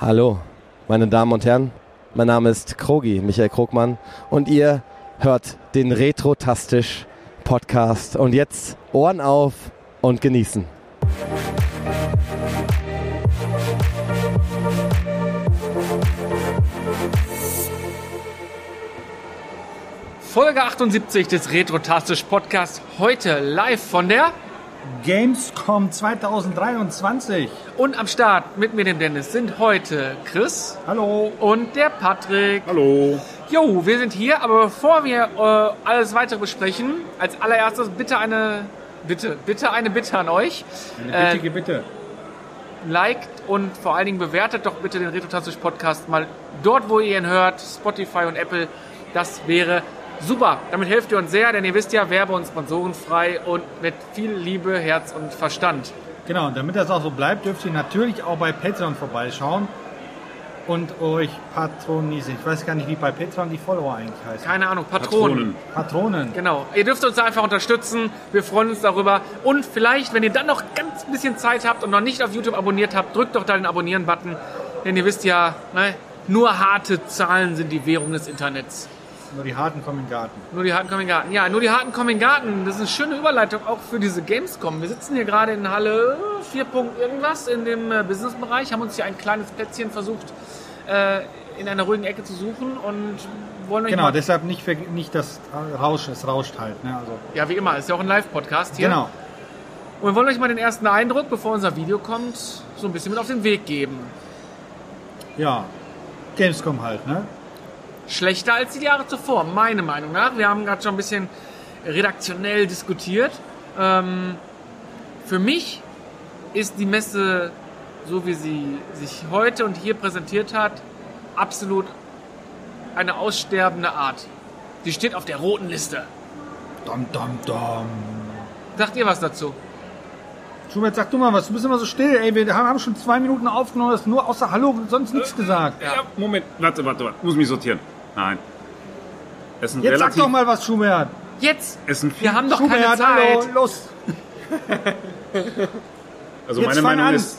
Hallo, meine Damen und Herren. Mein Name ist Krogi, Michael Krogmann. Und ihr hört den Retrotastisch Podcast. Und jetzt Ohren auf und genießen. Folge 78 des Retrotastisch Podcasts. Heute live von der Gamescom 2023. und am Start mit mir, dem Dennis, sind heute Chris Hallo. und der Patrick. Hallo. Jo, wir sind hier, aber bevor wir äh, alles weitere besprechen, als allererstes bitte eine Bitte, bitte eine Bitte an euch. Eine bittige Äh, Bitte. liked und vor allen Dingen bewertet doch bitte den Retrotastisch Podcast mal dort, wo ihr ihn hört, Spotify und Apple. Das wäre super. Damit helft ihr uns sehr, denn ihr wisst ja, werbe- und sponsorenfrei und mit viel Liebe, Herz und Verstand. Genau, und damit das auch so bleibt, dürft ihr natürlich auch bei Patreon vorbeischauen und euch patronisieren. Ich weiß gar nicht, wie bei Patreon die Follower eigentlich heißen. Keine Ahnung, Patronen. Patronen. Genau. Ihr dürft uns da einfach unterstützen. Wir freuen uns darüber. Und vielleicht, wenn ihr dann noch ganz bisschen Zeit habt und noch nicht auf YouTube abonniert habt, drückt doch da den Abonnieren-Button. Denn ihr wisst ja, ne, nur harte Zahlen sind die Währung des Internets. Nur die Harten kommen in den Garten. Nur die Harten kommen in den Garten. Ja, nur die Harten kommen in den Garten. Das ist eine schöne Überleitung auch für diese Gamescom. Wir sitzen hier gerade in Halle 4. Punkt irgendwas in dem äh, Businessbereich, haben uns hier ein kleines Plätzchen versucht, äh, in einer ruhigen Ecke zu suchen und wollen euch Genau, mal, deshalb nicht, verge- nicht das äh, Rausch, es rauscht halt. Ne? Also, ja wie immer, ist ja auch ein Live-Podcast hier. genau. Und wir wollen euch mal den ersten Eindruck, bevor unser Video kommt, so ein bisschen mit auf den Weg geben. Ja. Gamescom halt, ne? Schlechter als die Jahre zuvor, meiner Meinung nach. Wir haben gerade schon ein bisschen redaktionell diskutiert. Ähm, für mich ist die Messe, so wie sie sich heute und hier präsentiert hat, absolut eine aussterbende Art. Die steht auf der roten Liste. Dam, dam, dam. Sagt ihr was dazu? Schubert, sag du mal was. Du bist immer so still. Ey, wir haben schon zwei Minuten aufgenommen, hast nur außer Hallo und sonst Äh. nichts gesagt. Ja. Ja, Moment, warte, warte, warte. Muss mich sortieren. Nein. Es sind Jetzt relativ, sag doch mal was, Schubert. Jetzt! Es sind viel, Wir haben doch keine Hm, Schubert, Zeit! hallo, los. also Jetzt meine fang Meinung an. ist,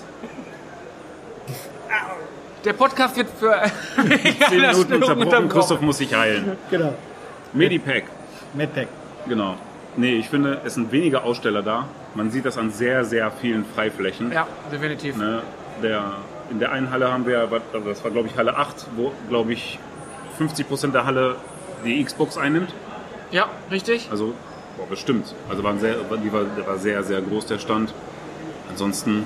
Der Podcast wird für 10 Ja, das stimmt, Minuten unterbrochen, Christoph muss sich heilen. Genau. Medipack, Medpack. genau. Nee, ich finde, es sind weniger Aussteller da. Man sieht das an sehr, sehr vielen Freiflächen. Ja, definitiv. Ne? Der, in der einen Halle haben wir, was- also das war glaube ich Halle 8, wo glaube ich 50% der Halle die Xbox einnimmt. Ja, richtig. Also, boah, bestimmt. Also waren sehr, die war, der war sehr, sehr groß, der Stand. Ansonsten,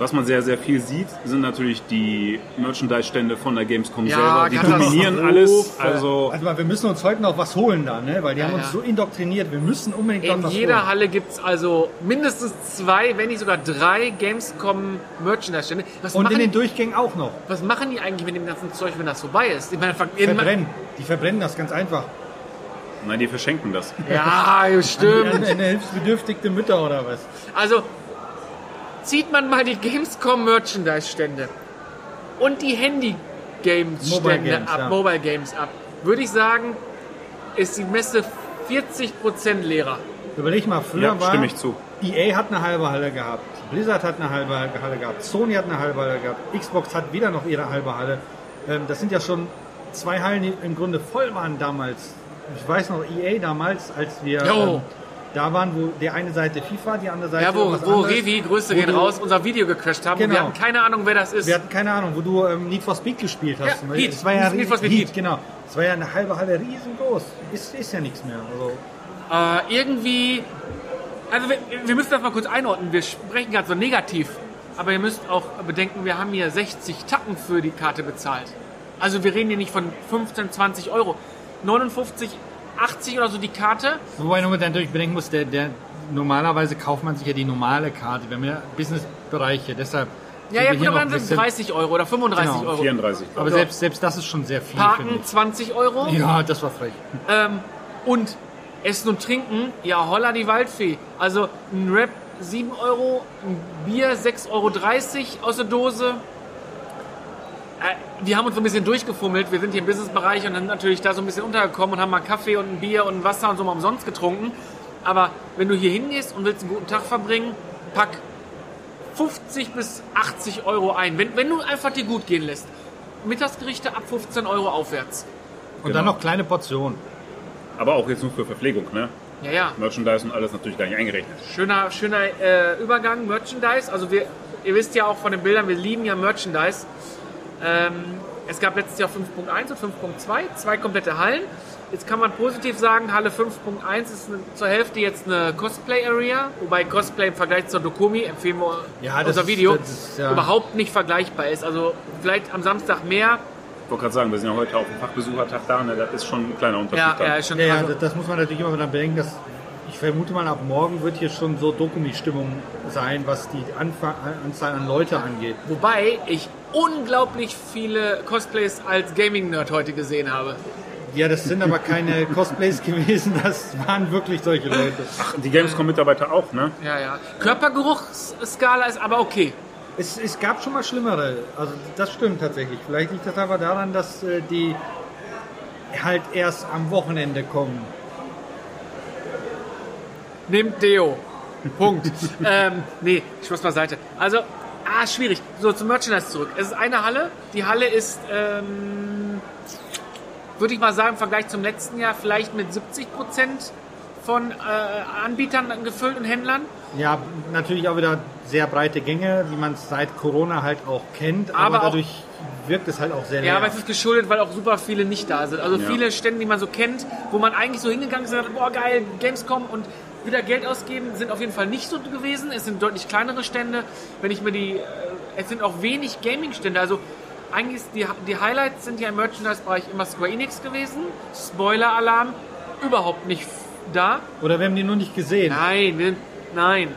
was man sehr, sehr viel sieht, sind natürlich die Merchandise-Stände von der Gamescom Ja, selber. Die Katastrophe. Äh, dominieren alles. Also, Warte mal, wir müssen uns heute noch was holen da, ne? Weil die haben Ja, ja. uns so indoktriniert. Wir müssen unbedingt noch In was jeder holen. Halle gibt es also mindestens zwei, wenn nicht sogar drei Gamescom-Merchandise-Stände. Was, Und in machen den die- Durchgängen auch noch. was machen die eigentlich mit dem ganzen Zeug, wenn das vorbei ist? Ich meine, ver- in- Verbrennen. Die verbrennen das ganz einfach. nein, die verschenken das. Ja, Eine, stimmt. eine hilfsbedürftige Mütter oder was? Also zieht man mal die Gamescom-Merchandise-Stände und die Mobile Handy-Games-Stände Games, ab, ja. Mobile Games ab, würde ich sagen, ist die Messe 40% leerer. Überleg mal, früher Ja, war stimme ich zu. EA hat eine halbe Halle gehabt, Blizzard hat eine halbe Halle gehabt, Sony hat eine halbe Halle gehabt, Xbox hat wieder noch ihre halbe Halle. Ähm, das sind ja schon zwei Hallen, die im Grunde voll waren damals. Ich weiß noch, EA damals, als wir Jo. ähm, da waren, wo die eine Seite FIFA, die andere Seite Ja, wo, irgendwas wo anderes. Revi, Grüße Wo gehen du- raus, unser Video gecrashed haben und wir Genau. hatten keine Ahnung, wer das ist. Wir hatten keine Ahnung, wo du ähm, Need for Speed gespielt hast. Ja, zum Heat. Beispiel. Es war ja Need for Speed Heat. genau. Es war ja eine halbe Halle riesengroß. Ist, ist ja nichts mehr. Also, Äh, irgendwie. Also, wir, wir müssen das mal kurz einordnen. Wir sprechen gerade so negativ. Aber ihr müsst auch bedenken, wir haben hier 60 Tacken für die Karte bezahlt. Also, wir reden hier nicht von 15, 20 Euro. 59, 80 oder so die Karte. Wobei man natürlich bedenken muss, der, der, normalerweise kauft man sich ja die normale Karte. Wir haben ja Businessbereiche, deshalb. Ja, ja, sind wir gut, hier aber noch dann ein sind es bisschen- 30 Euro oder 35 Genau, Euro. 34, glaube Aber ich. selbst, selbst das ist schon sehr viel. Parken finde 20 Euro. ich. Ja, das war frech. Ähm, und Essen und Trinken, ja, holla die Waldfee. Also ein Rap 7 Euro, ein Bier 6,30 Euro aus der Dose. Äh, wir haben uns so ein bisschen durchgefummelt. Wir sind hier im Businessbereich und sind natürlich da so ein bisschen untergekommen und haben mal Kaffee und ein Bier und ein Wasser und so mal umsonst getrunken. Aber wenn du hier hingehst und willst einen guten Tag verbringen, pack 50 bis 80 Euro ein. Wenn, wenn du einfach dir gut gehen lässt. Mittagsgerichte ab 15 Euro aufwärts. Und Genau. dann noch kleine Portionen. Aber auch jetzt nur für Verpflegung, ne? Ja, ja. Merchandise und alles natürlich gar nicht eingerechnet. Schöner, schöner äh, Übergang, Merchandise. Also wir, ihr wisst ja auch von den Bildern, wir lieben ja Merchandise. Ähm, es gab letztes Jahr 5.1 und 5.2, zwei komplette Hallen. Jetzt kann man positiv sagen, Halle 5.1 ist eine, zur Hälfte jetzt eine Cosplay-Area, wobei Cosplay im Vergleich zur Dokumi, empfehlen wir Ja, das unser ist- Video, das ist, ja. überhaupt nicht vergleichbar ist. Also vielleicht am Samstag mehr. Ich wollte gerade sagen, wir sind ja heute auf dem Fachbesuchertag da, ne? Das ist schon ein kleiner Unterschied. Ja, dann. ja, ist schon Ja, ja, also- das, das muss man natürlich immer dann bedenken, dass ich vermute mal, ab morgen wird hier schon so Dokumi-Stimmung sein, was die Anfa Anzahl an Leute angeht. Wobei ich unglaublich viele Cosplays als Gaming-Nerd heute gesehen habe. Ja, das sind aber keine Cosplays gewesen, das waren wirklich solche Leute. Ach, die Gamescom-Mitarbeiter auch, ne? Ja, ja. Körpergeruchsskala ist aber okay. Es, es gab schon mal schlimmere, also das stimmt tatsächlich. Vielleicht liegt das aber daran, dass äh, die halt erst am Wochenende kommen. Nehmt Deo. Punkt. ähm, nee, Spaß beiseite. Also, ah, schwierig. So, zum Merchandise zurück. Es ist eine Halle. Die Halle ist, ähm, würde ich mal sagen, im Vergleich zum letzten Jahr vielleicht mit 70 Prozent von äh, Anbietern gefüllt und Händlern. Ja, natürlich auch wieder sehr breite Gänge, wie man es seit Corona halt auch kennt, Aber aber, auch- dadurch wirkt es halt auch sehr Ja, aber leer. es ist geschuldet, weil auch super viele nicht da sind. Also Ja. viele Stände, die man so kennt, wo man eigentlich so hingegangen ist und sagt, boah geil, Gamescom und wieder Geld ausgeben, sind auf jeden Fall nicht so gewesen. Es sind deutlich kleinere Stände. Wenn ich mir die, äh, es sind auch wenig Gaming-Stände. Also eigentlich ist die, die Highlights sind ja im Merchandise-Bereich immer Square Enix gewesen. Spoiler-Alarm, überhaupt nicht f- da. Oder wir haben die nur nicht gesehen. Nein, wir- nein.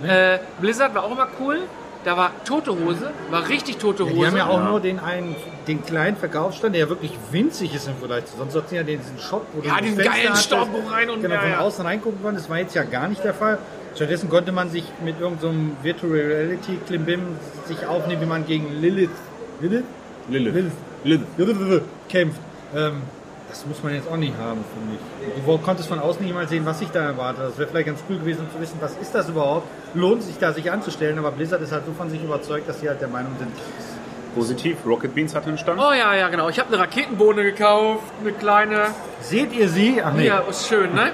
Ne? Äh, Blizzard war auch immer cool. Da war tote Hose, war richtig tote Ja, Hose. die haben ja auch Ja. nur den einen, den kleinen Verkaufsstand, der ja wirklich winzig ist im Vergleich zu sonst. Sonst ja diesen Shop, wo Ja, du diesen Fenster geilen hattest, Staub, wo rein und- genau, ja, von ja. außen reingucken konnte. Das war jetzt ja gar nicht der Fall. Stattdessen konnte man sich mit irgendeinem Virtual Reality Klimbim sich aufnehmen, wie man gegen Lilith, Lilith, Lilith. Lilith. Lilith. Lilith kämpft. Ähm, das muss man jetzt auch nicht haben, finde ich. Du konntest von außen nicht mal sehen, was sich da erwartet. Das wäre vielleicht ganz cool gewesen, um zu wissen, was ist das überhaupt? Lohnt sich da, sich anzustellen? Aber Blizzard ist halt so von sich überzeugt, dass sie halt der Meinung sind, Positiv, Rocket Beans hat einen Stand. Oh ja, ja, genau. Ich habe eine Raketenbohne gekauft, eine kleine. Seht ihr sie? Ach nee. Ja, ist schön, ne?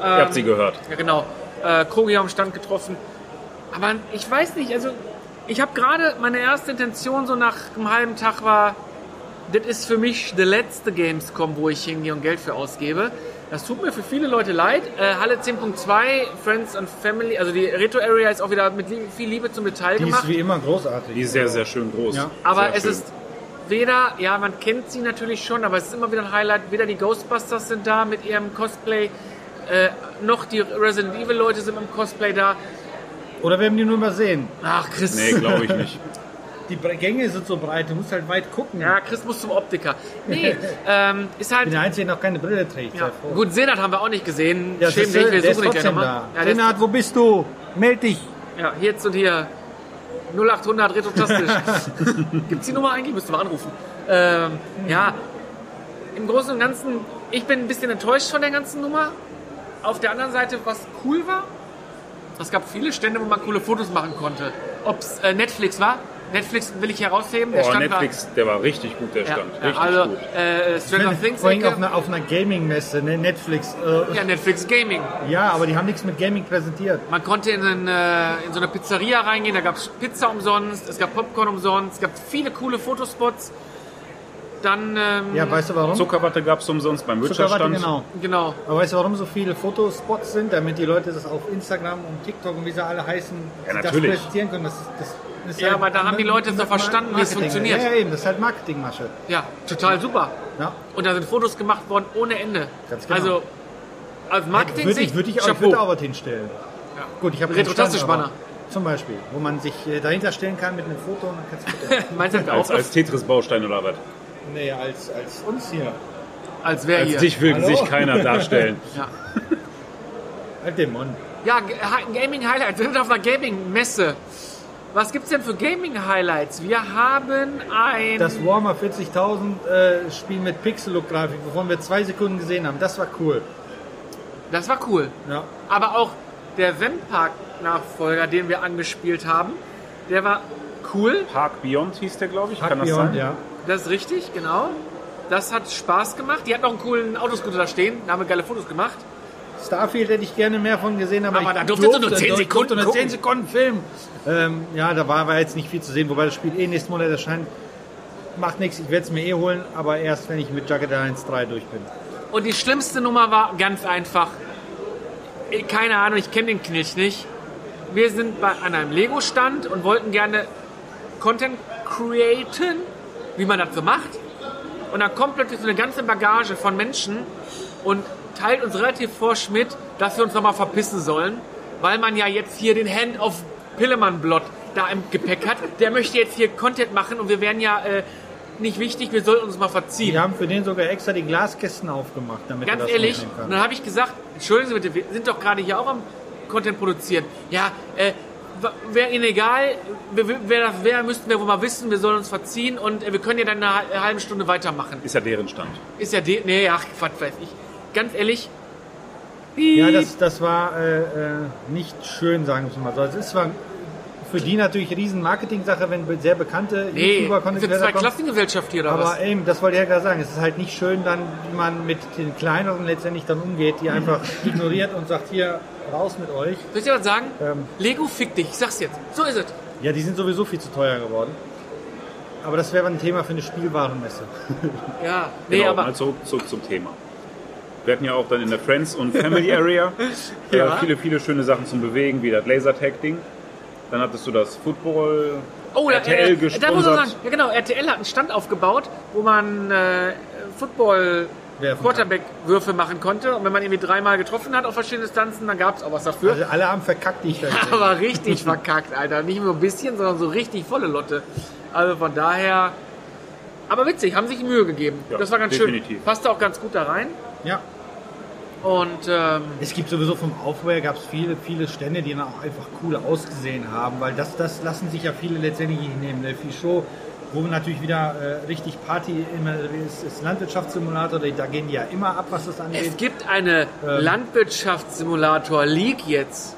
Ihr habt sie gehört. ja, genau. Äh, Krogi am Stand getroffen. Aber ich weiß nicht, also ich habe gerade meine erste Intention so nach einem halben Tag war, das ist für mich der letzte Gamescom, wo ich hingehe und Geld für ausgebe. Das tut mir für viele Leute leid. Äh, Halle 10.2, Friends and Family, also die Retro Area ist auch wieder mit lie- viel Liebe zum Detail Die gemacht. ist wie immer großartig. Die ist sehr, sehr schön groß. Ja. Aber sehr es schön. ist weder, ja, man kennt sie natürlich schon, aber es ist immer wieder ein Highlight. Weder die Ghostbusters sind da mit ihrem Cosplay, äh, noch die Resident Evil Leute sind mit dem Cosplay da. Oder werden die nur übersehen? Ach, Chris. Nee, glaube ich nicht. Die Bre- Gänge sind so breit, du musst halt weit gucken. Ja, Chris muss zum Optiker. Nee, ähm, ist Ich bin halt. der Einzige, der noch keine Brille trägt. Ja. Sei froh. Gut, Senat haben wir auch nicht gesehen. Ja, Schäm siehste, dich, wir der ist suchen dich ja trotzdem nochmal. da. Ja, der ist- Senat, wo bist du? Meld dich. ja, hier jetzt und hier. 0800 retrotastisch. Gibt's die Nummer eigentlich? Müssten wir anrufen. Ähm, ja, im Großen und Ganzen, ich bin ein bisschen enttäuscht von der ganzen Nummer. Auf der anderen Seite, was cool war, es gab viele Stände, wo man coole Fotos machen konnte. Ob's äh, Netflix war, Netflix will ich herausheben. Der Oh, Stand Netflix, der war richtig gut, der war. Stand. Ja, Richtig ja, also, gut. äh, Stranger Things, Vorhin auf Ecke. einer, auf einer Gaming-Messe, ne? Netflix. Äh, ja, Netflix Gaming. ja. aber die haben nichts mit Gaming präsentiert. Man konnte in, einen, äh, in so eine Pizzeria reingehen, da gab es Pizza umsonst, es gab Popcorn umsonst, es gab viele coole Fotospots. Dann, ähm, Ja, weißt du warum? Zuckerwatte gab es umsonst beim Zuckerwatte, Witcher-Stand. genau. genau. Aber weißt du, warum so viele Fotospots sind? Damit die Leute das auf Instagram und TikTok und wie sie alle heißen, Ja, das natürlich. präsentieren können. Das, das ist halt Ja, aber da haben die Leute so verstanden, wie es Marketing. funktioniert. Ja, ja, eben. Das ist halt Marketingmasche. Ja, total super. Ja. Und da sind Fotos gemacht worden ohne Ende. Ganz genau. Also, aus Würde Marketing-Sicht, ich, würde ich, auch- ich Chapeau. würde auch was hinstellen. Ja. Gut, ich habe keinen Retrotastisch Stand, aber Banner. Zum Beispiel, wo man sich äh, dahinter stellen kann mit einem Foto und dann kannst du Foto machen. Meinst du, das Als, auch als als, Tetris-Baustein oder was? Nee, als, als uns hier. als wäre Als hier. dich will Hallo? sich keiner darstellen. Ja, Halt den Mann. ja G- Ha- Gaming-Highlights. Wir sind auf einer Gaming-Messe. Was gibt's denn für Gaming-Highlights? Wir haben ein... Das Warhammer 40.000 äh, Spiel mit Pixel-Look-Grafik, wovon wir zwei Sekunden gesehen haben, das war cool. das war cool. Ja. Aber auch der Wempark-Nachfolger, den wir angespielt haben, Der war cool, Park Beyond hieß der, glaube ich. Park Kann das Beyond, sein? ja. das ist richtig, genau. Das hat Spaß gemacht. Die hat noch einen coolen Autoscooter da stehen, da haben wir geile Fotos gemacht. Starfield hätte ich gerne mehr von gesehen, aber, Aber ich da durftest du nur 10 durfte Sekunden nur gucken. 10 Sekunden Film. Ähm, ja, da war, war jetzt nicht viel zu sehen, wobei das Spiel eh nächsten Monat erscheint. Macht nichts, ich werde es mir eh holen, aber erst wenn ich mit Jagged Alliance 3 durch bin. Und die schlimmste Nummer war ganz einfach. Äh, Keine Ahnung, ich kenne den Knirsch nicht. Wir sind bei, an einem Lego-Stand und wollten gerne Content createn, wie man das so macht. Und dann kommt plötzlich so eine ganze Bagage von Menschen und teilt uns relativ forsch mit, dass wir uns nochmal verpissen sollen, weil man ja jetzt hier den Hand of Pillemann-Blot da im Gepäck hat. Der möchte jetzt hier Content machen und wir wären ja äh, nicht wichtig, wir sollten uns mal verziehen. Die haben für den sogar extra die Glaskästen aufgemacht, damit er Ganz das ehrlich, mitnehmen und kann. dann habe ich gesagt, entschuldigen Sie bitte, wir sind doch gerade hier auch am Content produzieren. Ja, äh, wäre Ihnen egal, wer wer das wäre, müssten wir wohl mal wissen, wir sollen uns verziehen und äh, wir können ja dann eine hal- halbe Stunde weitermachen. Ist ja deren Stand. Ist ja de nee, ach, was weiß ich. Ganz ehrlich, Ja, das, das war äh, äh, nicht schön, sagen wir mal so. Also Es ist zwar für die natürlich riesen Marketing-Sache, wenn be- sehr bekannte nee, YouTuber-Content ist jetzt Creator zwei kommen. Klassengesellschaft hier oder was? Aber eben, das wollte ich ja gerade sagen. Es ist halt nicht schön, dann, wie man mit den kleineren letztendlich dann umgeht, die einfach ignoriert und sagt, hier, raus mit euch. Soll ich dir was sagen? Ähm. Lego fick dich, ich sag's jetzt. So ist es. Ja, die sind sowieso viel zu teuer geworden. Aber das wäre ein Thema für eine Spielwarenmesse. Ja, nee, genau, aber mal zurück, zurück zum Thema. Wir hatten ja auch dann in der Friends und Family Area Ja. äh, viele, viele schöne Sachen zum Bewegen, wie das Lasertag-Ding. Dann hattest du das Football. Oh, da- RTL äh, da muss man gesponsert. sagen, ja genau, RTL hat einen Stand aufgebaut, wo man äh, Football Werfen Quarterback Würfe machen konnte und wenn man irgendwie dreimal getroffen hat auf verschiedene Distanzen, dann gab es auch was dafür. Also alle haben verkackt, die ich da gesehen habe. Aber richtig verkackt, Alter, nicht nur ein bisschen, sondern so richtig volle Lotte. Also von daher aber witzig, haben sich Mühe gegeben. Ja, das war ganz schön. definitiv. Passte auch ganz gut da rein Ja. und ähm, Es gibt sowieso vom Aufwehr gab es viele, viele Stände, die dann auch einfach cool ausgesehen haben, weil das, das lassen sich ja viele letztendlich nicht nehmen. Der Fichot, wo natürlich wieder äh, richtig Party immer ist, ist Landwirtschaftssimulator, da da gehen die ja immer ab, was das angeht. es gibt eine Ähm. Landwirtschaftssimulator League jetzt.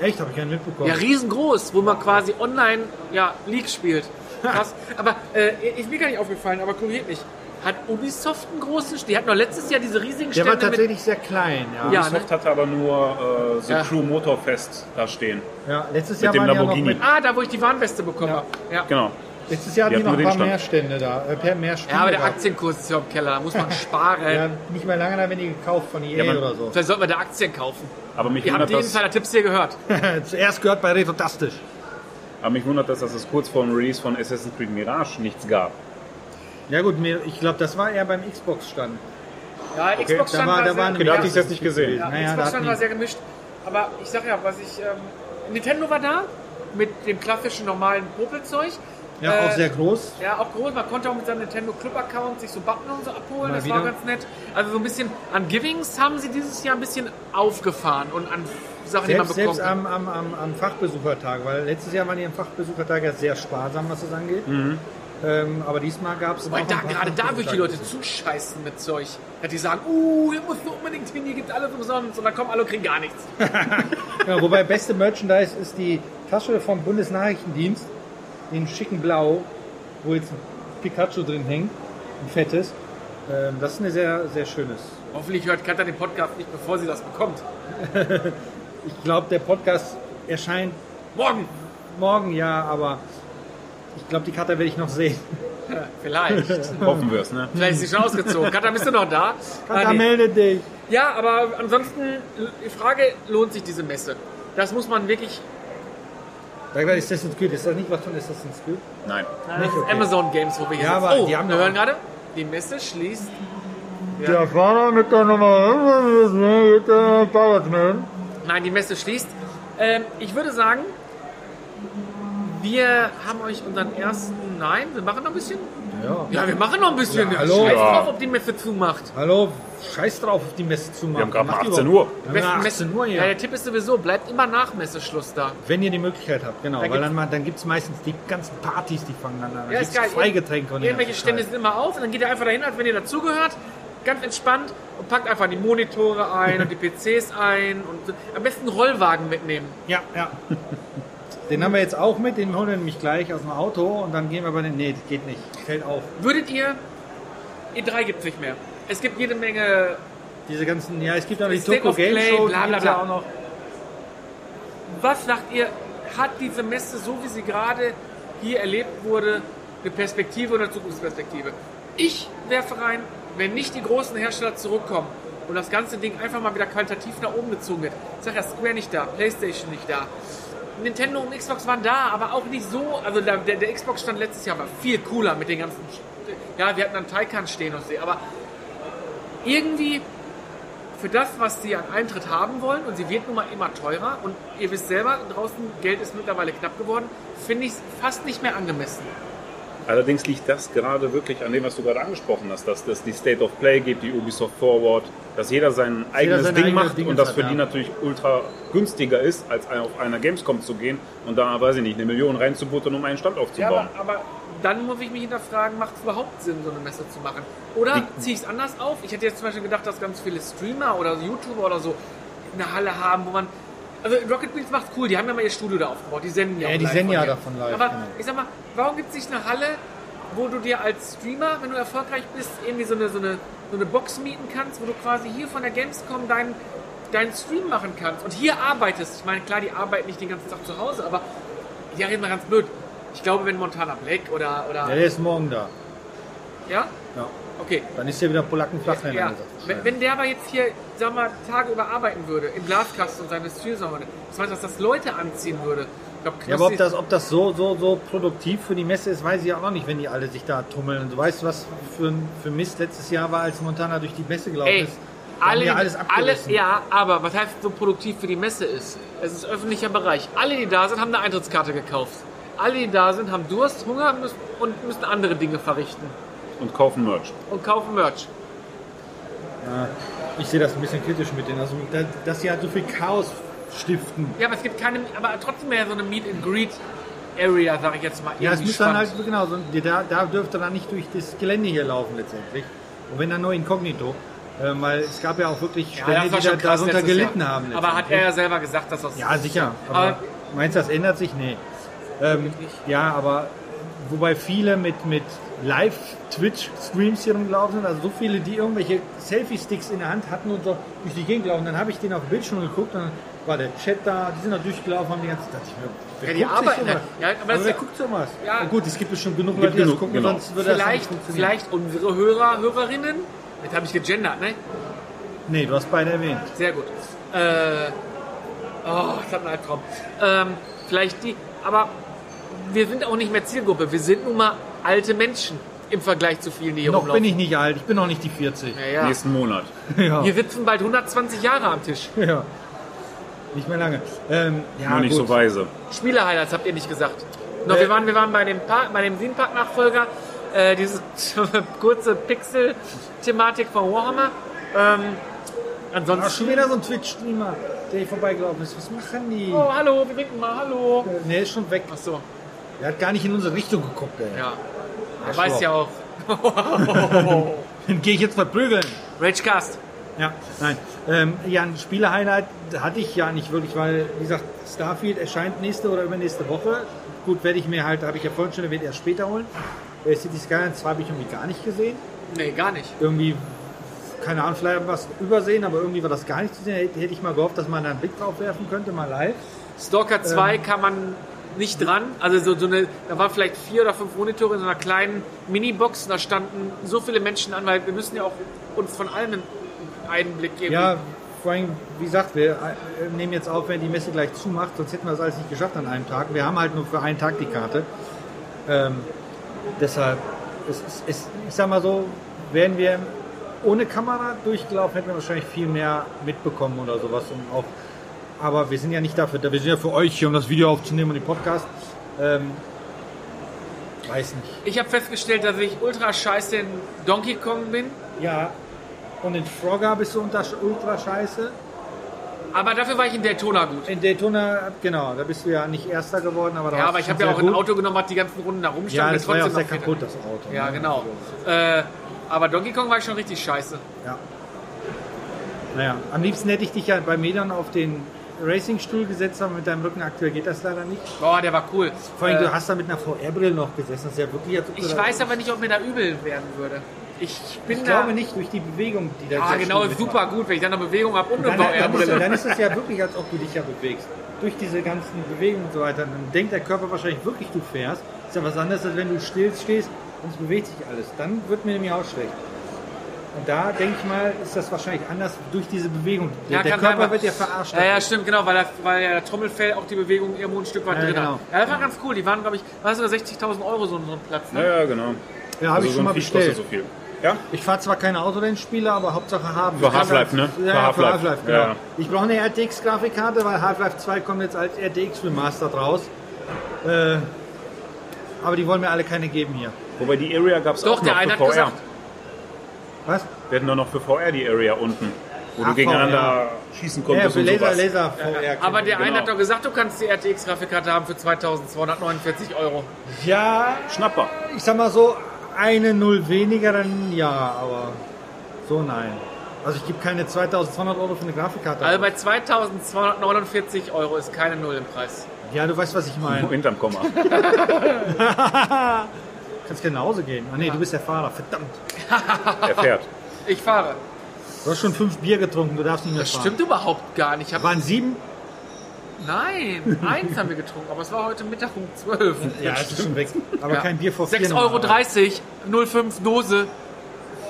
Echt, habe ich keinen mitbekommen. Ja, riesengroß, wo man quasi online ja, League spielt. Krass. aber äh, ist mir gar nicht aufgefallen, aber korrigiert mich. Hat Ubisoft einen großen Stand? Die hatten doch letztes Jahr diese riesigen der war Stände mit. tatsächlich sehr klein, ja. Ja. Ubisoft hatte aber nur äh, so Ja. Crew Motorfest da stehen. Ja, letztes Mit Jahr dem waren ja noch Lamborghini. mit, Ah, da wo ich die Warnweste bekommen Ja. habe. Ja. Genau. letztes Jahr hatten Die die noch ein hatten paar nur den mehr Stände da, äh, per- mehr Spiele ja, aber der da. Aktienkurs ist ja im Keller, da muss man sparen. ja, nicht mehr lange, dann werden die gekauft von EA Ja, man- oder so. Vielleicht sollten wir da Aktien kaufen. Aber mich, Ihr habt wundert die das, Insider-Tipps hier gehört. Zuerst gehört bei Retrotastisch. aber mich wundert das, dass es kurz vor dem Release von Assassin's Creed Mirage nichts gab. Ja gut, mir, ich glaube, das war eher beim Xbox-Stand. Ja, Xbox da stand war- war, da sehr war eine gemischt. Okay, da Ja. hatte ich es jetzt nicht gesehen. Ja, Naja, da Xbox stand hatten war die- sehr gemischt. Aber ich sag ja, was ich. Ähm, Nintendo war da mit dem klassischen normalen Popelzeug. Ja, Äh, auch sehr groß. Ja, auch groß. Man konnte auch mit seinem Nintendo Club Account sich so Button und so abholen. Mal das wieder. war ganz nett. Also so ein bisschen an Givings haben sie dieses Jahr ein bisschen aufgefahren und an Sachen, die man Selbst, bekommt. selbst am, am, am, am Fachbesuchertag, weil letztes Jahr waren die am Fachbesuchertag ja sehr sparsam, was das angeht. Ähm, aber diesmal gab es. Wobei Mhm. da gerade da würde die Leute zuscheißen mit Zeug. Ja, die sagen, uh, ihr müsst nur unbedingt hin, hier gibt alles umsonst und dann kommen alle und kriegen gar nichts. Ja, wobei beste Merchandise ist die Tasche vom Bundesnachrichtendienst in schicken Blau, wo jetzt ein Pikachu drin hängt, ein fettes. Ähm, das ist eine sehr, sehr schönes. Hoffentlich hört Katja den Podcast nicht, bevor sie das bekommt. Ich glaube, der Podcast erscheint Morgen! morgen, ja, aber ich glaube, die Karte werde ich noch sehen. Ja, Vielleicht. Hoffen wir es, ne? Vielleicht ist sie schon ausgezogen. Katja, bist du noch da? Kata, nee. melde dich! Ja, aber ansonsten, die Frage, lohnt sich diese Messe? Das muss man wirklich Da war Assassin's Creed. Ist das nicht was von Assassin's Creed? Nein. Das ist äh, Amazon Games, wo wir hier Ja, sind. aber oh, die haben wir doch- hören gerade, die Messe schließt. Der Fahrer mit der ne? Nummer Powerknell. Nein, die Messe schließt. Ähm, ich würde sagen, wir haben euch unseren ersten. Nein, wir machen noch ein bisschen. Ja. Ja, wir machen noch ein bisschen. Ja, hallo. Scheiß Ja. drauf, ob die Messe zumacht. Hallo, scheiß drauf, auf die Messe zu machen. haben gerade mal Macht die 18 überhaupt- Uhr. Wir Messe- haben gerade Messe- 18 Uhr, ja. ja. Der Tipp ist sowieso, bleibt immer nach Messeschluss da. Wenn ihr die Möglichkeit habt, genau. Da weil gibt's- dann, ma- dann gibt es meistens die ganzen Partys, die fangen dann an. Dann Ja, ist gibt's geil. Freigetränke und den Irgendwelche ganzen Stände Scheiß. sind immer auf und dann geht ihr einfach dahin, als wenn ihr dazugehört. Ganz entspannt und packt einfach die Monitore ein und die PCs ein und am besten einen Rollwagen mitnehmen. Ja, ja. Den haben wir jetzt auch mit, den holen wir nämlich gleich aus dem Auto und dann gehen wir bei den. Nee, das geht nicht. Fällt auf. Würdet ihr. Ihr drei gibt es nicht mehr. Es gibt jede Menge. Diese ganzen, ja, es gibt auch die State Toko of Game Play, Show, die bla, bla, gibt's ja bla. auch noch. Was sagt ihr, hat diese Messe, so wie sie gerade hier erlebt wurde, eine Perspektive oder Zukunftsperspektive? Ich werfe rein, wenn nicht die großen Hersteller zurückkommen und das ganze Ding einfach mal wieder qualitativ nach oben gezogen wird. Ich sag ja, Square nicht da, Playstation nicht da. Nintendo und Xbox waren da, aber auch nicht so. Also der, der, der Xbox stand letztes Jahr war viel cooler mit den ganzen. Sch- Ja, wir hatten dann Taycan stehen und so, aber irgendwie für das, was sie an Eintritt haben wollen, und sie wird nun mal immer teurer, und ihr wisst selber, draußen Geld ist mittlerweile knapp geworden, finde ich es fast nicht mehr angemessen. Allerdings liegt das gerade wirklich an dem, was du gerade angesprochen hast, dass es die State of Play gibt, die Ubisoft Forward, dass jeder sein eigenes seine Ding eigenen macht Dinge und das hat, für ja. die natürlich ultra günstiger ist, als auf einer Gamescom zu gehen und da, weiß ich nicht, eine Million reinzubuttern, um einen Stand Ja, aufzubauen. aber, aber dann muss ich mich hinterfragen, macht es überhaupt Sinn, so eine Messe zu machen? Oder ziehe ich es anders auf? Ich hätte jetzt zum Beispiel gedacht, dass ganz viele Streamer oder YouTuber oder so eine Halle haben, wo man. Also Rocket Beans macht's cool, die haben ja mal ihr Studio da aufgebaut, die senden ja Ja, auch die live senden von ja hier. davon live, Aber genau. ich sag mal, warum gibt es nicht eine Halle, wo du dir als Streamer, wenn du erfolgreich bist, irgendwie so eine, so eine, so eine Box mieten kannst, wo du quasi hier von der Gamescom deinen deinen Stream machen kannst und hier arbeitest. Ich meine, klar, die arbeiten nicht den ganzen Tag zu Hause, aber ja, reden wir ganz blöd. Ich glaube, wenn Montana Black oder. oder Ja, der ist morgen da. ja? Ja. Okay. Dann ist hier wieder Polacken flach Ja. Wenn, wenn der aber jetzt hier, sag mal, Tage über arbeiten würde, im Glaskasten und seine Streams machen würde, das heißt, dass das Leute anziehen würde. Ich glaube, Ja, aber ob das, ob das so, so, so produktiv für die Messe ist, weiß ich auch noch nicht, wenn die alle sich da tummeln. Und du weißt, was für, ein- für Mist letztes Jahr war, als Montana durch die Messe gelaufen Ey, ist. Da haben alle, die alles alle, abgerissen. ja, aber was heißt so produktiv für die Messe ist? Es ist öffentlicher Bereich. Alle, die da sind, haben eine Eintrittskarte gekauft. Alle, die da sind, haben Durst, Hunger müssen, und müssen andere Dinge verrichten Und kaufen Merch. und kaufen Merch. Ich sehe das ein bisschen kritisch mit denen. Also, da- dass sie halt so viel Chaos stiften. Ja, aber es gibt keine, aber trotzdem mehr so eine Meet and Greet Area, sag ich jetzt mal. Ja, es Irgendwie muss dann halt, spannend. genau, so, da, da dürfte dann nicht durch das Gelände hier laufen letztendlich. Und wenn dann nur inkognito. Ähm, weil es gab ja auch wirklich Ja, Stände, das war die da, schon krass darunter letztes gelitten Jahr. haben. Aber hat letztendlich. er ja selber gesagt, dass das. Ja, sicher. Aber, Aber- meinst du, das ändert sich? Nee. Ähm, nicht. ja, aber wobei viele mit, mit Live-Twitch-Streams hier rumgelaufen sind, also so viele, die irgendwelche Selfie-Sticks in der Hand hatten und so durch die Gegend laufen, dann habe ich den auf dem Bildschirm geguckt und dann war der Chat da, die sind da durchgelaufen, haben die ganze Zeit. Ich mir, wer Ja, die guckt sich arbeiten halt. sowas? ja. Ja, aber aber das- wer guckt sowas? Ja. Na gut, es gibt bestimmt genug Gibt Leute, die das genug, gucken, genau. sonst würde Vielleicht, das nicht funktionieren. vielleicht unsere Hörer, Hörerinnen. Jetzt habe ich gegendert, ne? Nee, du hast beide erwähnt. Sehr gut. Äh, oh, ich habe einen Albtraum. Ähm, vielleicht die, aber wir sind auch nicht mehr Zielgruppe. Wir sind nun mal alte Menschen im Vergleich zu vielen, die hier Noch bin rumlaufen. ich nicht alt, ich bin noch nicht die 40. Ja, ja. Nächsten Monat. Ja. Hier sitzen bald 120 Jahre am Tisch. ja. Nicht mehr lange. Ähm, ja, Nur nicht gut. so weise. Spiele-Highlights habt ihr nicht gesagt. No, Nee. wir, waren, wir waren bei dem, Pa- bei dem Theme-Park-Nachfolger, äh, diese kurze Pixel-Thematik von Warhammer. Ähm, Ach, ansonsten. schon wieder so ein Twitch-Streamer, der hier vorbeigelaufen ist. Was machen die? Oh, hallo, wir winken mal, hallo. Ne, ist schon weg. Ach so, Der hat gar nicht in unsere Richtung geguckt, ey. ja. Er Arschloch. weiß ja auch. Den gehe ich jetzt verprügeln. Ragecast. Ja, nein. Ähm, ja, ein Spiele-Highlight hatte ich ja nicht wirklich, weil, wie gesagt, Starfield erscheint nächste oder übernächste Woche. Gut, werde ich mir halt, habe ich ja vorhin schon erwähnt, erst später holen. Äh, City Skylines 2 habe ich irgendwie gar nicht gesehen. Nee, gar nicht. Irgendwie, keine Ahnung, vielleicht was übersehen, aber irgendwie war das gar nicht zu sehen. Hätte hätte ich mal gehofft, dass man da einen Blick drauf werfen könnte, mal live. Ähm. Stalker 2 kann man nicht dran. Also so, so eine, da waren vielleicht vier oder fünf Monitore in so einer kleinen Minibox und da standen so viele Menschen an, weil wir müssen ja auch uns von allen einen Einblick geben. Ja, vor allem, wie gesagt, wir äh, nehmen jetzt auf, wenn die Messe gleich zumacht, sonst hätten wir das alles nicht geschafft an einem Tag. Wir haben halt nur für einen Tag die Karte. Ähm, deshalb, es, ist- es, ich sag mal so, wären wir ohne Kamera durchgelaufen, hätten wir wahrscheinlich viel mehr mitbekommen oder sowas. Und auch, aber wir sind ja nicht dafür, da. wir sind ja für euch hier, um das Video aufzunehmen und den Podcast. Ähm, weiß nicht. Ich habe festgestellt, dass ich ultra scheiße in Donkey Kong bin, Ja, und in Frogger bist du unter ultra scheiße. aber dafür war ich in Daytona gut. In Daytona, genau, da bist du ja nicht Erster geworden, aber da Ja, warst aber du ich habe schon ja auch sehr ein gut. Auto genommen, was die ganzen Runden da rumstand. Ja, und das war ja auch trotzdem sehr noch kaputt, Fehler. das Auto. Ja, ne? genau. Äh, aber Donkey Kong war ich schon richtig scheiße. Ja. Naja, am liebsten hätte ich dich ja bei Medan auf den Racingstuhl gesetzt haben mit deinem Rücken aktuell, geht das leider nicht. Boah, der war cool. Vor allem, Äh, du hast da mit einer VR-Brille noch gesessen. Das ist ja wirklich, als ob du ich da- weiß aber nicht, ob mir da übel werden würde. Ich bin Ich da. glaube nicht, durch die Bewegung, die da Ah, dieser genau, Stuhl mitmacht. super gut, wenn ich dann noch Bewegung habe und eine Dann, dann, ist, VR-Brille. dann ist es ja wirklich, als ob du dich ja bewegst. Durch diese ganzen Bewegungen und so weiter. Dann denkt der Körper wahrscheinlich wirklich, du fährst. Ist ja was anderes, als wenn du still stehst und es bewegt sich alles. Dann wird mir nämlich auch schlecht. Und da, denke ich mal, ist das wahrscheinlich anders durch diese Bewegung. Der, der kann Körper sein, weil- wird ja verarscht. Ja, ja, stimmt, genau, weil, er, weil der Trommelfell auch die Bewegung irgendwo ein Stück weit Ja, drin genau. hat. Ja, das war ganz cool. Die waren, glaube ich, war sogar 60.000 Euro so ein so ein Platz. Ne? Ja, ja, genau. Ja, habe ich so schon ein mal Viech kostet bestellt. So viel. Ja? Ich fahre zwar keine Autorennspiele, aber Hauptsache haben. Für Half-Life, ne? Ja, Für ja, für Half-Life. Half-Life, genau. Ja, ja. Ich brauche eine RTX-Grafikkarte, weil Half-Life 2 kommt jetzt als RTX Remastered raus. Äh, aber die wollen mir alle keine geben hier. Wobei die Area gab es Doch, auch noch der eine für hat VR. gesagt. Was? Wir hatten doch noch für VR die Area unten, wo Ach, du gegeneinander schießen Ja, konntest für und Laser, sowas. Laser VR. Aber der eine Genau. hat doch gesagt, du kannst die RTX-Grafikkarte haben für 2.249 Euro. Ja, Schnapper. ich sag mal so, eine Null weniger, dann ja, aber so nein. Also ich gebe keine 2200 Euro für eine Grafikkarte. Also bei 2.249 Euro ist keine Null im Preis. ja, du weißt, was ich meine. Du Hinterm Komma. kannst gerne nach Hause gehen. Ah nee, du bist der Fahrer, verdammt. Er fährt. Ich fahre. Du hast schon fünf Bier getrunken, du darfst nicht mehr Das fahren. stimmt überhaupt gar nicht. Ich hab, Waren sieben? nein, eins haben wir getrunken, aber es war heute Mittag um 12. Ja, das ist schon weg. Aber Ja. kein Bier vor 6,30 4 Euro, 0,5 Dose.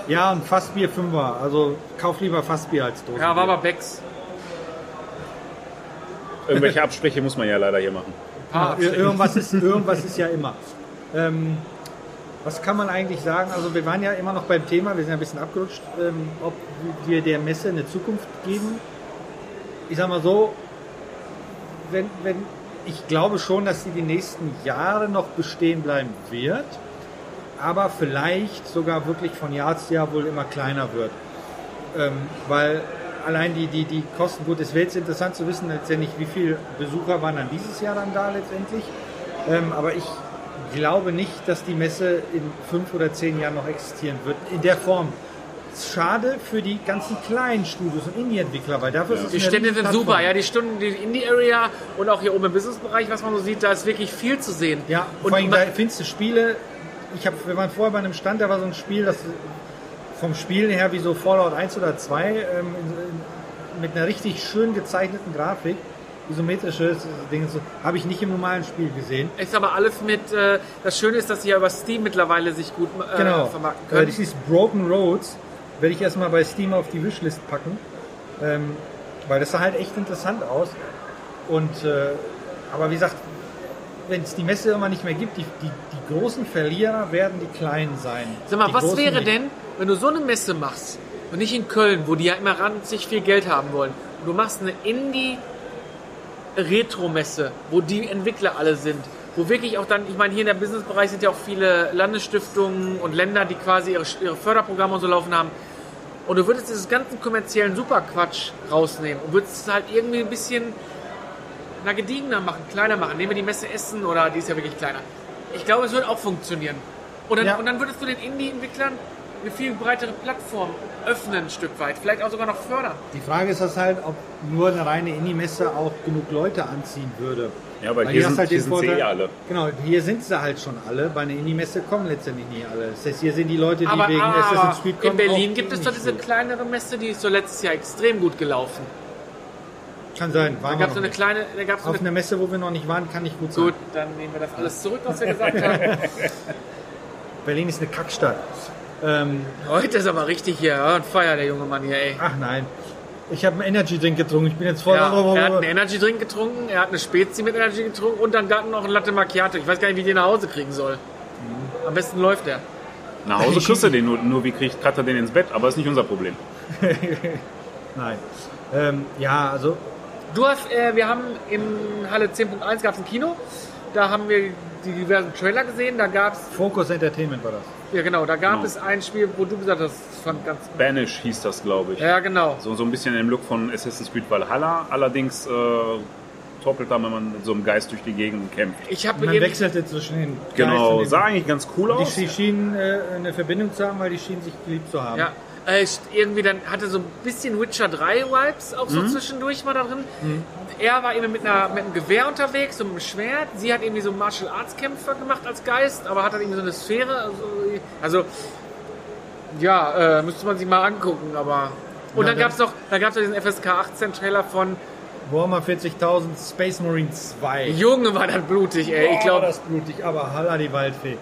Ja, und Fassbier 5er. Also kauf lieber Fassbier als Dose. Ja, war aber Becks. Irgendwelche Abspreche muss man ja leider hier machen. Ah, Ir- irgendwas, ist, irgendwas ist ja immer. Ähm, was kann man eigentlich sagen? Also wir waren ja immer noch beim Thema, wir sind ein bisschen abgerutscht, ähm, ob wir der Messe eine Zukunft geben. Ich sag mal so, wenn, wenn, ich glaube schon, dass sie die nächsten Jahre noch bestehen bleiben wird, aber vielleicht sogar wirklich von Jahr zu Jahr wohl immer kleiner wird. Ähm, weil allein die, die, die Kosten, gut, es wäre jetzt interessant zu wissen, letztendlich, wie viele Besucher waren dann dieses Jahr dann da letztendlich. Ähm, aber ich glaube nicht, dass die Messe in fünf oder zehn Jahren noch existieren wird, in der Form. Schade für die ganzen kleinen Studios und Indie-Entwickler, weil dafür ist es Die eine Stände sind Riesenplattform. super, ja, die Stunden, die Indie-Area und auch hier oben im Businessbereich, was man so sieht, da ist wirklich viel zu sehen. Ja, und und vor allem, da man, findest du Spiele. Ich hab, wir waren vorher bei einem Stand, da war so ein Spiel, das vom Spiel her wie so Fallout 1 oder 2 ähm, in, in, mit einer richtig schön gezeichneten Grafik, isometrisches Ding, so, habe ich nicht im normalen Spiel gesehen. ist aber alles mit, äh, das Schöne ist, dass sie ja über Steam mittlerweile sich gut äh, genau. vermarkten Äh, können. das ist Broken Roads. Werde ich erstmal bei Steam auf die Wishlist packen. Ähm, weil das sah halt echt interessant aus. Und äh, aber wie gesagt, wenn es die Messe immer nicht mehr gibt, die, die, die großen Verlierer werden die Kleinen sein. Sag mal, die was großen wäre nicht. denn, wenn du so eine Messe machst und nicht in Köln, wo die ja immer ranzig viel Geld haben wollen, und du machst eine Indie-Retro-Messe, wo die Entwickler alle sind, wo wirklich auch dann, ich meine, hier in der Businessbereich sind ja auch viele Landesstiftungen und Länder, die quasi ihre, ihre Förderprogramme und so laufen haben. Und du würdest diesen ganzen kommerziellen Superquatsch rausnehmen und würdest es halt irgendwie ein bisschen na, gediegener machen, kleiner machen. Nehmen wir die Messe Essen oder die ist ja wirklich kleiner. Ich glaube, es wird auch funktionieren. Und dann, Ja. und dann würdest du den Indie-Entwicklern eine viel breitere Plattform öffnen, ein Stück weit. Vielleicht auch sogar noch fördern. Die Frage ist das halt, ob nur eine reine Indie-Messe auch genug Leute anziehen würde. Ja, aber Weil hier hast halt sind, hier sind sie eh alle. Genau, hier sind sie halt schon alle. Bei einer Indie-Messe kommen letztendlich nie alle. Das heißt, hier sind die Leute, die Aber, wegen Assassin's aber Creed kommen. in Berlin auch gibt es nicht doch diese so. kleinere Messe, die ist so letztes Jahr extrem gut gelaufen. Kann sein, war Da gab es so eine kleine, da gab es so Genau. Auf eine... einer Messe, wo wir noch nicht waren, kann nicht gut sein. Gut, dann nehmen wir das alles zurück, was wir gesagt haben. Berlin ist eine Kackstadt. Ähm, Heute ist aber richtig hier, ja, und feier der junge Mann hier, ey. ach nein. Ich habe einen Energy Drink getrunken. Ich bin jetzt voll. Ja, er hat einen Energy Drink getrunken, er hat eine Spezi mit Energy getrunken und dann gerade noch ein Latte Macchiato. Ich weiß gar nicht, wie ich den nach Hause kriegen soll. Am besten läuft er. Nach Hause kriegst du den nur, nur wie kriegt Cutter den ins Bett, aber ist nicht unser Problem. nein. Ähm, ja, also Du hast, äh, wir haben in Halle 10.1 gab es ein Kino. Da haben wir die diversen Trailer gesehen. Da gab es, Focus Entertainment war das. ja genau, da gab Genau. es ein Spiel, wo du gesagt hast, das fand ganz. Banish hieß das, glaube ich. Ja, genau. So, so ein bisschen im Look von Assassin's Creed Valhalla. Allerdings äh, toppelt da, wenn man mit so einem Geist durch die Gegend kämpft. Ich habe Man eben. wechselte zwischen den Geist Genau, und den, sah eigentlich ganz cool Die aus. schien- schienen äh, eine Verbindung zu haben, weil die schienen sich geliebt zu haben. Ja, Äh, st- irgendwie dann hatte so ein bisschen Witcher 3 Vibes auch so Mhm. zwischendurch war da drin. Er war eben mit, einer, mit einem Gewehr unterwegs, so mit einem Schwert. Sie hat irgendwie so Martial Arts Kämpfer gemacht als Geist, aber hat dann irgendwie so eine Sphäre. Also, also ja, äh, müsste man sich mal angucken, aber. Und Na, dann dann- gab's noch, dann gab's noch diesen FSK 18 Trailer von Warhammer 40.000 Space Marine 2. Junge war das blutig, ey. ich Boah, glaube, das ist blutig, aber halla die Waldfee.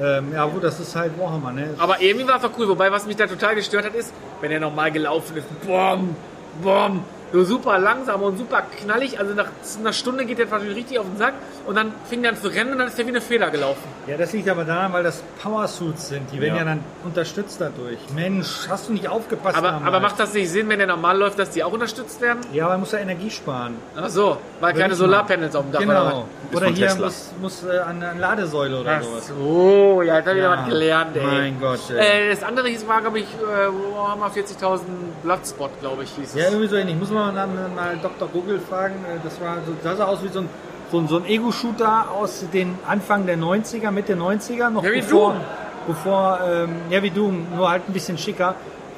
Ähm, ja gut, das ist halt Warhammer, ne? Aber irgendwie war es doch cool. Wobei, was mich da total gestört hat, ist, wenn er normal gelaufen ist, boom, boom, so super langsam und super knallig. Also nach einer Stunde geht der wahrscheinlich richtig auf den Sack und dann fing er an zu rennen und dann ist er wie eine Feder gelaufen. Ja, das liegt aber daran, weil das Powersuits sind. Die werden ja, Ja. dann unterstützt dadurch. Mensch, hast du nicht aufgepasst? Aber, damals? aber macht das nicht Sinn, wenn der normal läuft, dass die auch unterstützt werden? Ja, man muss ja Energie sparen. Ach so, weil Würde keine ich mal. Solarpanels auf dem Dach oder Genau. Ist Oder von hier Tesla. muss, muss äh, an eine Ladesäule oder was? Ach sowas. so, ja, jetzt hab ich Ja. wieder was gelernt, ey. Mein Gott, ey. Äh, das andere hieß, war, glaube ich, äh, Warhammer 40.000 Bloodspot, glaube ich, hieß es. Ja, irgendwie so ähnlich. Muss man mal, mal Dr. Google fragen. Äh, Das war so, das sah aus wie so ein, so ein, so ein Ego-Shooter aus den Anfang der 90er, Mitte 90er. Noch Ja, wie bevor, Doom. Bevor, ähm, ja, wie Doom, nur halt ein bisschen schicker.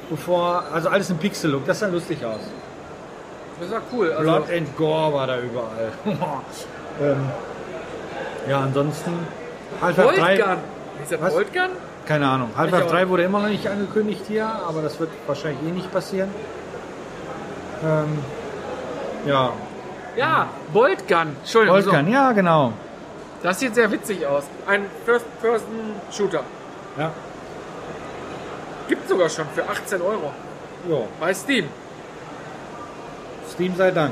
Bevor, also alles im Pixel-Look. Das sah lustig aus. Das war cool. Also, Blood and Gore war da überall. ähm, ja, ansonsten Half-Life 3, Boltgun. Ist das Was? Boltgun? keine Ahnung. Ich Half-Life auch. 3 wurde immer noch nicht angekündigt hier, aber das wird wahrscheinlich eh nicht passieren. Ähm, ja, Ja, Boltgun. Entschuldigung. Volkan, ja, genau. So, das sieht sehr witzig aus. Ein First-Person-Shooter. Ja. Gibt sogar schon für 18 Euro Jo, bei Steam. Steam sei Dank.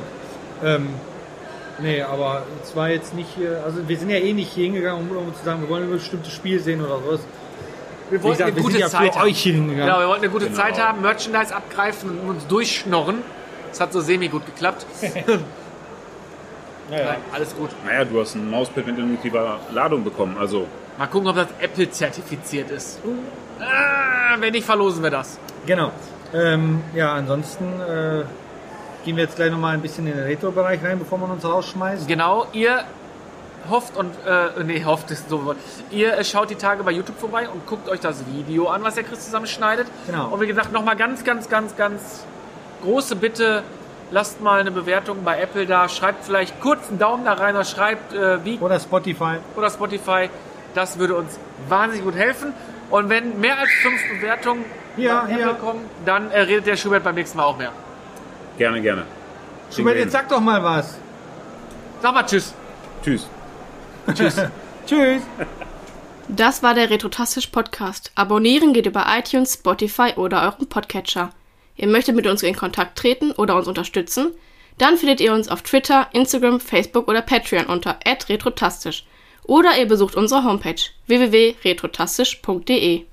Ähm, nee, aber es war jetzt nicht hier, also wir sind ja eh nicht hier hingegangen, um, um zu sagen, wir wollen ein bestimmtes Spiel sehen oder sowas. Wir Wie wollten gesagt, eine wir gute sind ja Zeit für haben. euch hier hingegangen. Genau, wir wollten eine gute Genau. Zeit haben, Merchandise abgreifen und uns durchschnorren. Das hat so semi-gut geklappt. Ja, ja. Nein, alles gut. Naja, du hast ein Mauspad mit induktiver Ladung bekommen. Also, Mal gucken, ob das Apple-zertifiziert ist. Ah, wenn nicht, verlosen wir das. Genau. Ähm, ja, ansonsten äh, gehen wir jetzt gleich nochmal ein bisschen in den Retro-Bereich rein, bevor man uns rausschmeißt. Genau, ihr hofft und äh, nee, hofft ist so ein Wort. Ihr äh, schaut die Tage bei YouTube vorbei und guckt euch das Video an, was der Chris zusammenschneidet. Genau. Und wie gesagt, nochmal ganz, ganz, ganz, ganz große Bitte, lasst mal eine Bewertung bei Apple da, schreibt vielleicht kurz einen Daumen da rein oder schreibt äh, wie Oder Spotify. oder Spotify. Das würde uns wahnsinnig gut helfen. Und wenn mehr als fünf Bewertungen Ja, bei Apple ja. kommen, dann äh, redet der Schubert beim nächsten Mal auch mehr. gerne, gerne. Schubert, wir hin. jetzt sag doch mal was. Sag mal Tschüss. Tschüss. Tschüss. Das war der Retrotastisch Podcast. Abonnieren geht über iTunes, Spotify oder euren Podcatcher. Ihr möchtet mit uns in Kontakt treten oder uns unterstützen? Dann findet ihr uns auf Twitter, Instagram, Facebook oder Patreon unter @retrotastisch oder ihr besucht unsere Homepage www.retrotastisch.de.